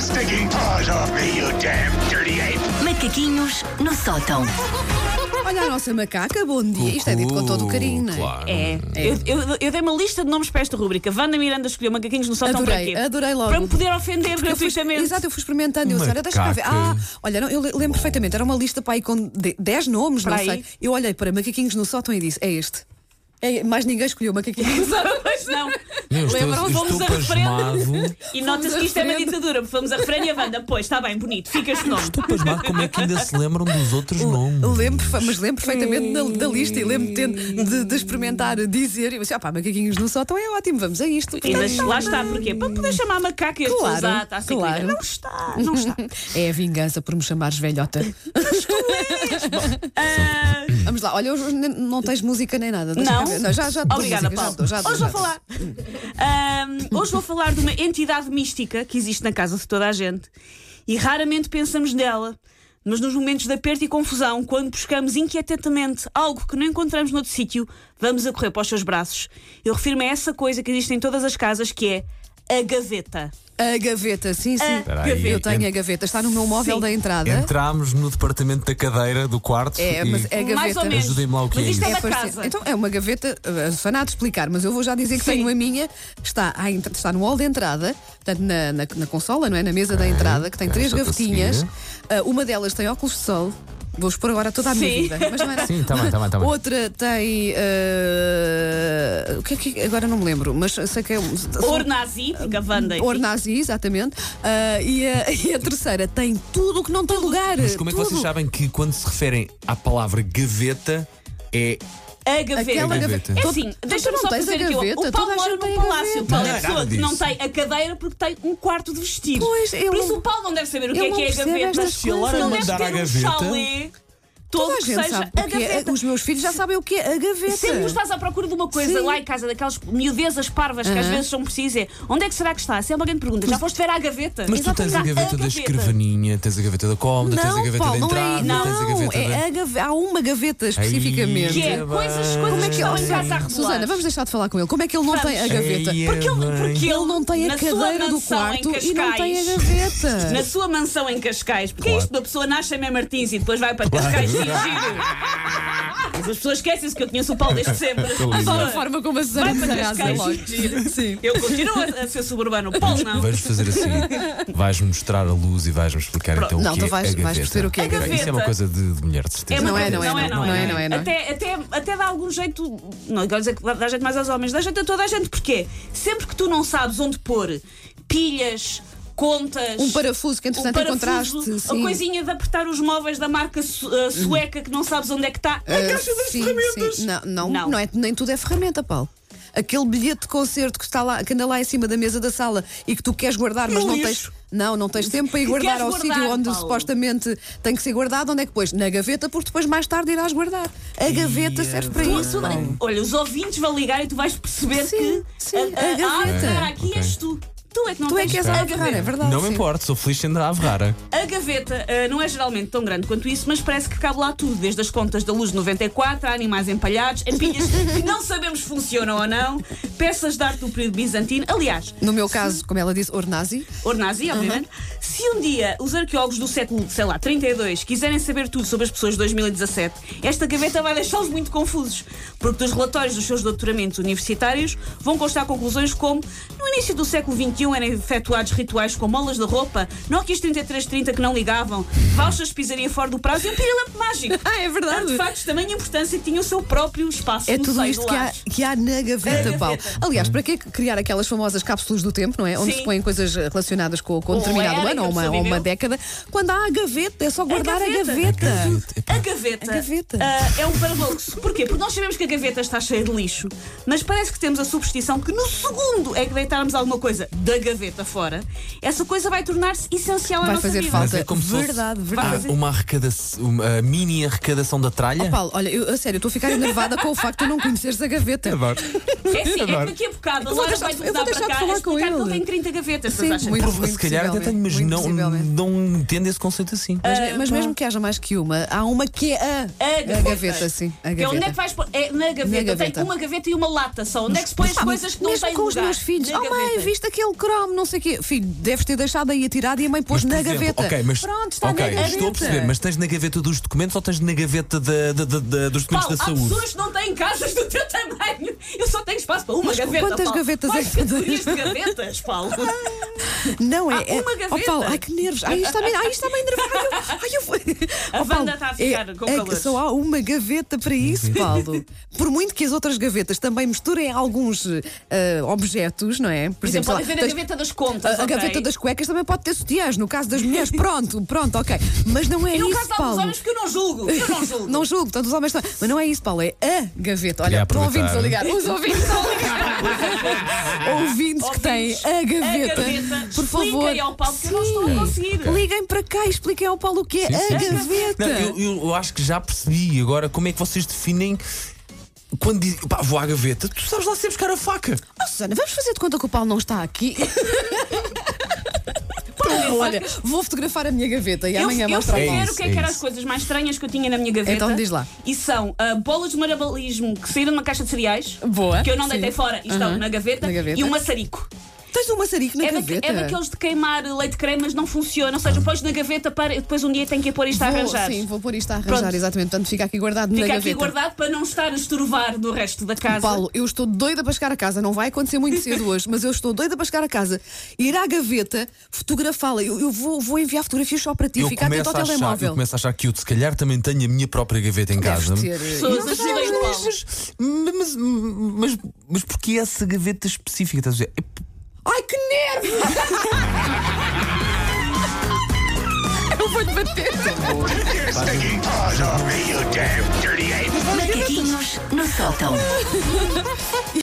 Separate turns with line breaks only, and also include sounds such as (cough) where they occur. stinking paws off me, you damn dirty ape!
Macaquinhos no sótão.
Olha a nossa macaca, bom dia. Isto é dito com todo o carinho, não é?
Claro.
É. Eu, eu- eu dei uma lista de nomes para esta rúbrica. Wanda Miranda escolheu macaquinhos no sótão para
Adorei,
quê?
adorei logo.
Para me poder ofender
Eu fui-
gratuitamente.
Exato, eu fui experimentando. Eu disse, olha, deixa cá ver. Ah,
Macaca.
olha, não, eu le- lembro perfeitamente. Era uma lista para aí com de- 10 nomes,
Para
não
aí. (laughs)
sei. Eu olhei para macaquinhos no sótão e disse, é este. É- mais ninguém escolheu macaquinhos.
Mas
(laughs)
não.
Não, eu estou,
Lembram?
eu
Vamos
estou
a referendo.
pasmado.
E nota-se que isto é uma ditadura. Fomos a referendo e a Wanda. Pois, está bem, bonito. Fica este nome.
Estou pasmado como é que ainda se lembram dos outros nomes.
Lembro, perfe- mas lembro perfeitamente da, da lista e lembro de, ter- de- de experimentar dizer. E eu disse, ah pá, macaquinhos no sótão é ótimo, vamos a isto.
E mas lá está, porquê? Para poder chamar macaca e as
Claro,
pessoas ah, está a ser
claro.
querida. Não está, não está.
(laughs) É a vingança por me chamares velhota. (laughs)
Ah,
Vamos lá, olha, hoje nem- não tens música nem nada. Deixa
Não?
cá ver. não já, já te dou
Obrigada,
música, já
Paulo.
te dou, já te dou,
hoje
já
vou
te dou.
falar. Ahm, hoje vou falar de uma entidade mística que existe na casa de toda a gente e raramente pensamos nela. Mas nos momentos de aperto e confusão, quando buscamos inquietantemente algo que não encontramos noutro sítio, vamos a correr para os seus braços. Eu refiro-me a essa coisa que existe em todas as casas, que é a gaveta.
A gaveta, sim, sim.
Espera
aí,
Eu tenho
ent-
a gaveta, está no meu móvel
Sim.
da entrada.
Entrámos no departamento da cadeira do quarto.
É,
e
mas é a gaveta.
Mais ou menos.
Ajudem-me lá o que
Mas
é
isto é,
isso.
uma
parecido.
casa.
Então é uma gaveta, eh, fanado explicar, mas eu vou já dizer que
Sim.
tenho a minha, está, à entra- está no hall de entrada, portanto na, na, na consola, não é? Na mesa da entrada, que tem
espera,
três
só para
gavetinhas.
seguir.
Ah, uma delas tem óculos de sol. Vou expor agora toda a minha
Sim.
vida. Mas não era.
Sim, tá bem, tá bem, tá bem.
Outra tem. eh, o que é que. Agora não me lembro, mas sei que é. um- são-
Ornazi, fica Wanda. enfim.
Ornazi, exatamente. Ah, e, a, (laughs) e a terceira tem tudo o que não tem lugar.
Mas como é que vocês
tudo.
sabem que quando se referem à palavra gaveta é.
A gaveta.
Aquela
gaveta.
gaveta.
É
Todo-
assim,
Então, tu
deixa-me
não
só
tens a
fazer aqui.
gaveta,
O
toda
Paulo
a
mora
gente tem
num
a
palácio. O
gaveta.
Paulo é a
Não é
pessoa
nada
que não
disso.
tem a cadeira porque tem um quarto de vestir.
Pois, eu
Por isso
não-
o Paulo não deve saber o que
eu
é
não
que é a
percebo
gaveta.
estas
Se a Lara
Ele
coisas.
deve
mandar
ter
à
um
gaveta-
chalé todo
Toda a
que
gente
seja
sabe
a
o que é.
gaveta.
Os meus filhos já sabem o que é a gaveta.
Sempre nos estás à procura de uma coisa
Sim.
lá em casa, daquelas miudezas parvas que às
Aham.
vezes são precisas. é, Onde é que será que está? Sempre alguém te pergunta, já foste ver à gaveta?
Mas tu tens a
Exatamente,
gaveta da escrivaninha, tens a gaveta da cómoda, tens a
É Não,
gaveta
Paulo,
da
não
entrada,
é.
tens a
Não,
gaveta
é
da.
a gaveta. Há uma gaveta especificamente.
Que é
Muito bem.
coisas, coisas que
Como
estão
é
em
que ele-
casa a rebolar.
Susana, vamos deixar de falar com ele. Como é que ele não tem a
Vamos.
gaveta?
Eia,
Porque ele,
bem.
porque
Ele não tem a
na sua
cadeira do
mansão em
quarto e não tem a
Cascais,
gaveta.
(laughs) Na sua mansão em Cascais, porque é isto da pessoa nasce em Mé Martins e depois vai para Cascais fingir. Mas as pessoas esquecem-se que eu conheço o Paulo desde sempre.
lindo.
Só a forma como a Susana
Vai para
desarrasa
Cascais
logo.
fingir.
Sim.
Eu continuo a, a ser suburbano, o Paulo não.
Vais fazer assim, vais mostrar a luz e vais-me explicar então
Não,
o que
tu
é
vais-
a
vais
gaveta.
perceber o que é a
Ok, Isso
gaveta.
é uma coisa de, de mulher, de certeza.
Não é, não é, não é, não é, não é.
Até, até, até dá algum jeito, não quero dizer que dá jeito mais aos homens, dá jeito a toda a gente, porque sempre que tu não sabes onde pôr pilhas, contas.
Um parafuso que, entretanto,
um parafuso,
encontraste.
A
sim.
coisinha de apertar os móveis da marca su- eh, sueca que não sabes onde é que está.
Ah, sim, sim. Não, não,
Não.
não é, nem tudo é ferramenta, Paulo. Aquele bilhete de concerto que, está lá, que anda lá em cima da mesa da sala e que tu queres guardar, mas
No
não
lixo.
tens, não, não tens tempo para ir guardar
Queres
ao
guardar,
sítio onde
Paulo.
supostamente tem que ser guardado, onde é que pões? Na gaveta, porque depois mais tarde irás guardar. A gaveta serve para
Tu-
isso.
tu- olha, os ouvintes vão ligar e tu vais perceber
Sim,
que
sim,
a, a,
a
a arte
gaveta.
era aqui
Ok.
és tu. Tu é que não
Tu é
tens
que és a agarrar, é verdade.
Não
sim.
me importo, sou feliz sendo a Avrara.
A gaveta ah, não é geralmente tão grande quanto isso, mas parece que cabe lá tudo, desde as contas da luz de 94, a animais empalhados, a pilhas que não sabemos se funcionam ou não, peças de arte do período bizantino. Aliás,
No meu caso, como ela disse, Ornazi.
Ornazi, obviamente. Se um dia os arqueólogos do século, sei lá, 32 quiserem saber tudo sobre as pessoas de 2017, esta gaveta vai deixá-los muito confusos, porque dos relatórios dos seus doutoramentos universitários vão constar conclusões como no início do século XXI eram efetuados rituais com molas de roupa, Nokias 3330 que não ligavam, vouchers de pisaria fora do prazo e um pirilampo mágico.
(laughs) Ah, é verdade.
Artefactos de tamanha importância que tinham o seu próprio espaço
É
no
tudo
seio
isto
do
que há,
lar.
que há na gaveta,
(laughs) Na
Paulo.
gaveta.
Aliás, para que criar aquelas famosas cápsulas do tempo, não é? Onde
Sim.
se põem coisas relacionadas com, com um
Ou
determinado
era
ano ou
que
uma,
a pessoa
ou uma
viveu.
década, quando há a gaveta, é só guardar a
gaveta.
gaveta.
A gaveta,
A gaveta.
ah, é um paradoxo. Porquê? Porque nós sabemos que a gaveta está cheia de lixo, mas parece que temos a superstição que no segundo é que deitarmos alguma coisa da gaveta fora, essa coisa vai tornar-se essencial à
Vai
nossa
fazer
vida.
falta.
Mas é como se fosse-
verdade,
Ah,
verdade.
uma arrecadação, uma mini arrecadação da tralha?
Oh, Paulo, olha, eu, a sério, eu estou a ficar enervada com o facto de eu não conheceres a gaveta.
Adoro.
É assim, é que
Adoro.
daqui a bocado a
Eu vou
Laura
deixar-
vai
eu vou
voltar
deixar
para
de
cá
falar
e
com
explicar que
ele.
ele tem 30 gavetas.
Sim,
vocês acham?
muito.
Prova- Se calhar até tenho, mas
Muito
não,
possivelmente. Ah,
não entendo esse conceito assim.
Mas, me- mas mesmo que haja mais que uma, há uma que é a,
Ah, A gaveta.
sim. A
Que é onde é
gaveta.
que vais pôr? É na gaveta.
gaveta.
Tem uma gaveta e uma lata só. Onde é que se põe as
Pá, mas
coisas que não
mesmo
têm
com os
lugar?
meus filhos.
Na
Oh mãe,
gaveta.
viste aquele cromo, não sei o quê. Filho, deves ter deixado aí atirado e a mãe pôs
por
na
exemplo,
gaveta.
ok, mas-
Pronto, está
ok,
na gaveta.
Estou a perceber, mas tens na gaveta dos documentos ou tens na gaveta da- da- da- da- dos documentos
Paulo,
da
há
saúde?
pessoas que não têm casas do teu tamanho. Eu só tenho espaço para uma
Mas
gaveta.
quantas
Paulo.
gavetas
Quais
é que
categorias de gavetas, Paulo?
Não, é.
Há
é-
uma gaveta.
Oh, Paulo, ai que nervos. Ai, isto também, ai, isto tá também nervoso. Ai, eu...
(laughs) A
oh,
Wanda
Paulo,
está a ficar com
é,
calor.
Só há uma gaveta para
Uhum.
isso,
(laughs)
Paulo. Por muito que as outras gavetas também misturem alguns eh, objetos, não é? Por
Por exemplo,
sei lá,
podem ver a
tens-
gaveta das
a-
contas.
a
ok?
gaveta das cuecas também pode ter sutiãs, no caso das mulheres, (laughs) pronto, pronto, ok. Mas não é
E no
isso,
caso de alguns
Paulo.
homens, porque eu não julgo.
(laughs)
Eu não julgo.
Não julgo, todos os homens estão. Mas não é isso, Paulo, é a gaveta. Olha,
Queria
estão ouvintes a
aproveitar.
ligar.
(laughs)
Os ouvintes estão a ligar. ouvintes que têm a
A
é gaveta.
gaveta.
Por favor.
Expliquem ao Paulo que eu não estou a
Sim.
conseguir.
Liguem para cá e expliquem ao Paulo o que é
É. Sim,
a
sim, sim.
gaveta.
Não, eu, eu- eu acho que já percebi agora como é que vocês definem quando dizem pá, vou à gaveta, tu sabes lá sempre buscar a faca.
Oh, Susana, vamos fazer de conta que o Paulo não
(laughs)
está aqui. Então, olha, vou fotografar a minha gaveta e
Eu,
amanhã
eu
mostro ao
fui
É
Paulo.
ver
isso,
o que é
é
que eram
isso.
as coisas mais estranhas que eu tinha na minha gaveta.
Então diz lá.
E são ah, bolas de marabalismo que saíram de uma caixa de cereais.
Boa,
Que eu não
sim.
deitei fora e estão
Aham,
na, gaveta,
na gaveta.
E um maçarico.
Tens um maçarico na
É, daque-
gaveta?
é daqueles de queimar leite de creme, mas não funciona. Ou seja, pões na gaveta para eu depois um dia tenho que ir pôr isto a
Vou-
arranjar.
Sim, vou pôr isto a arranjar,
Pronto.
exatamente. Portanto, fica aqui guardado na
Fica
gaveta.
aqui guardado para não estar a estorvar do resto da casa.
Paulo, eu estou doida para chegar a casa. Não vai acontecer muito cedo hoje, mas eu estou doida para chegar a casa, ir à gaveta, fotografá-la. Eu, eu vou, vou enviar fotografias só para ti,
Eu
ficar atento
começo,
ao
a achar, eu
telemóvel.
começo a achar que eu, se calhar, também tenho a minha própria gaveta em
Deves
casa.
ter. eh,
Pessoas
Não sei,
ajudem o
mas-
Paulo.
Mas, mas, mas, mas porquê essa gaveta específica? Estás a dizer? É p-
Ai, que nervo! eu vou-lhe bater.
Take your stinking paws off me, you damn dirty ape!
Macaquinhos no sótão.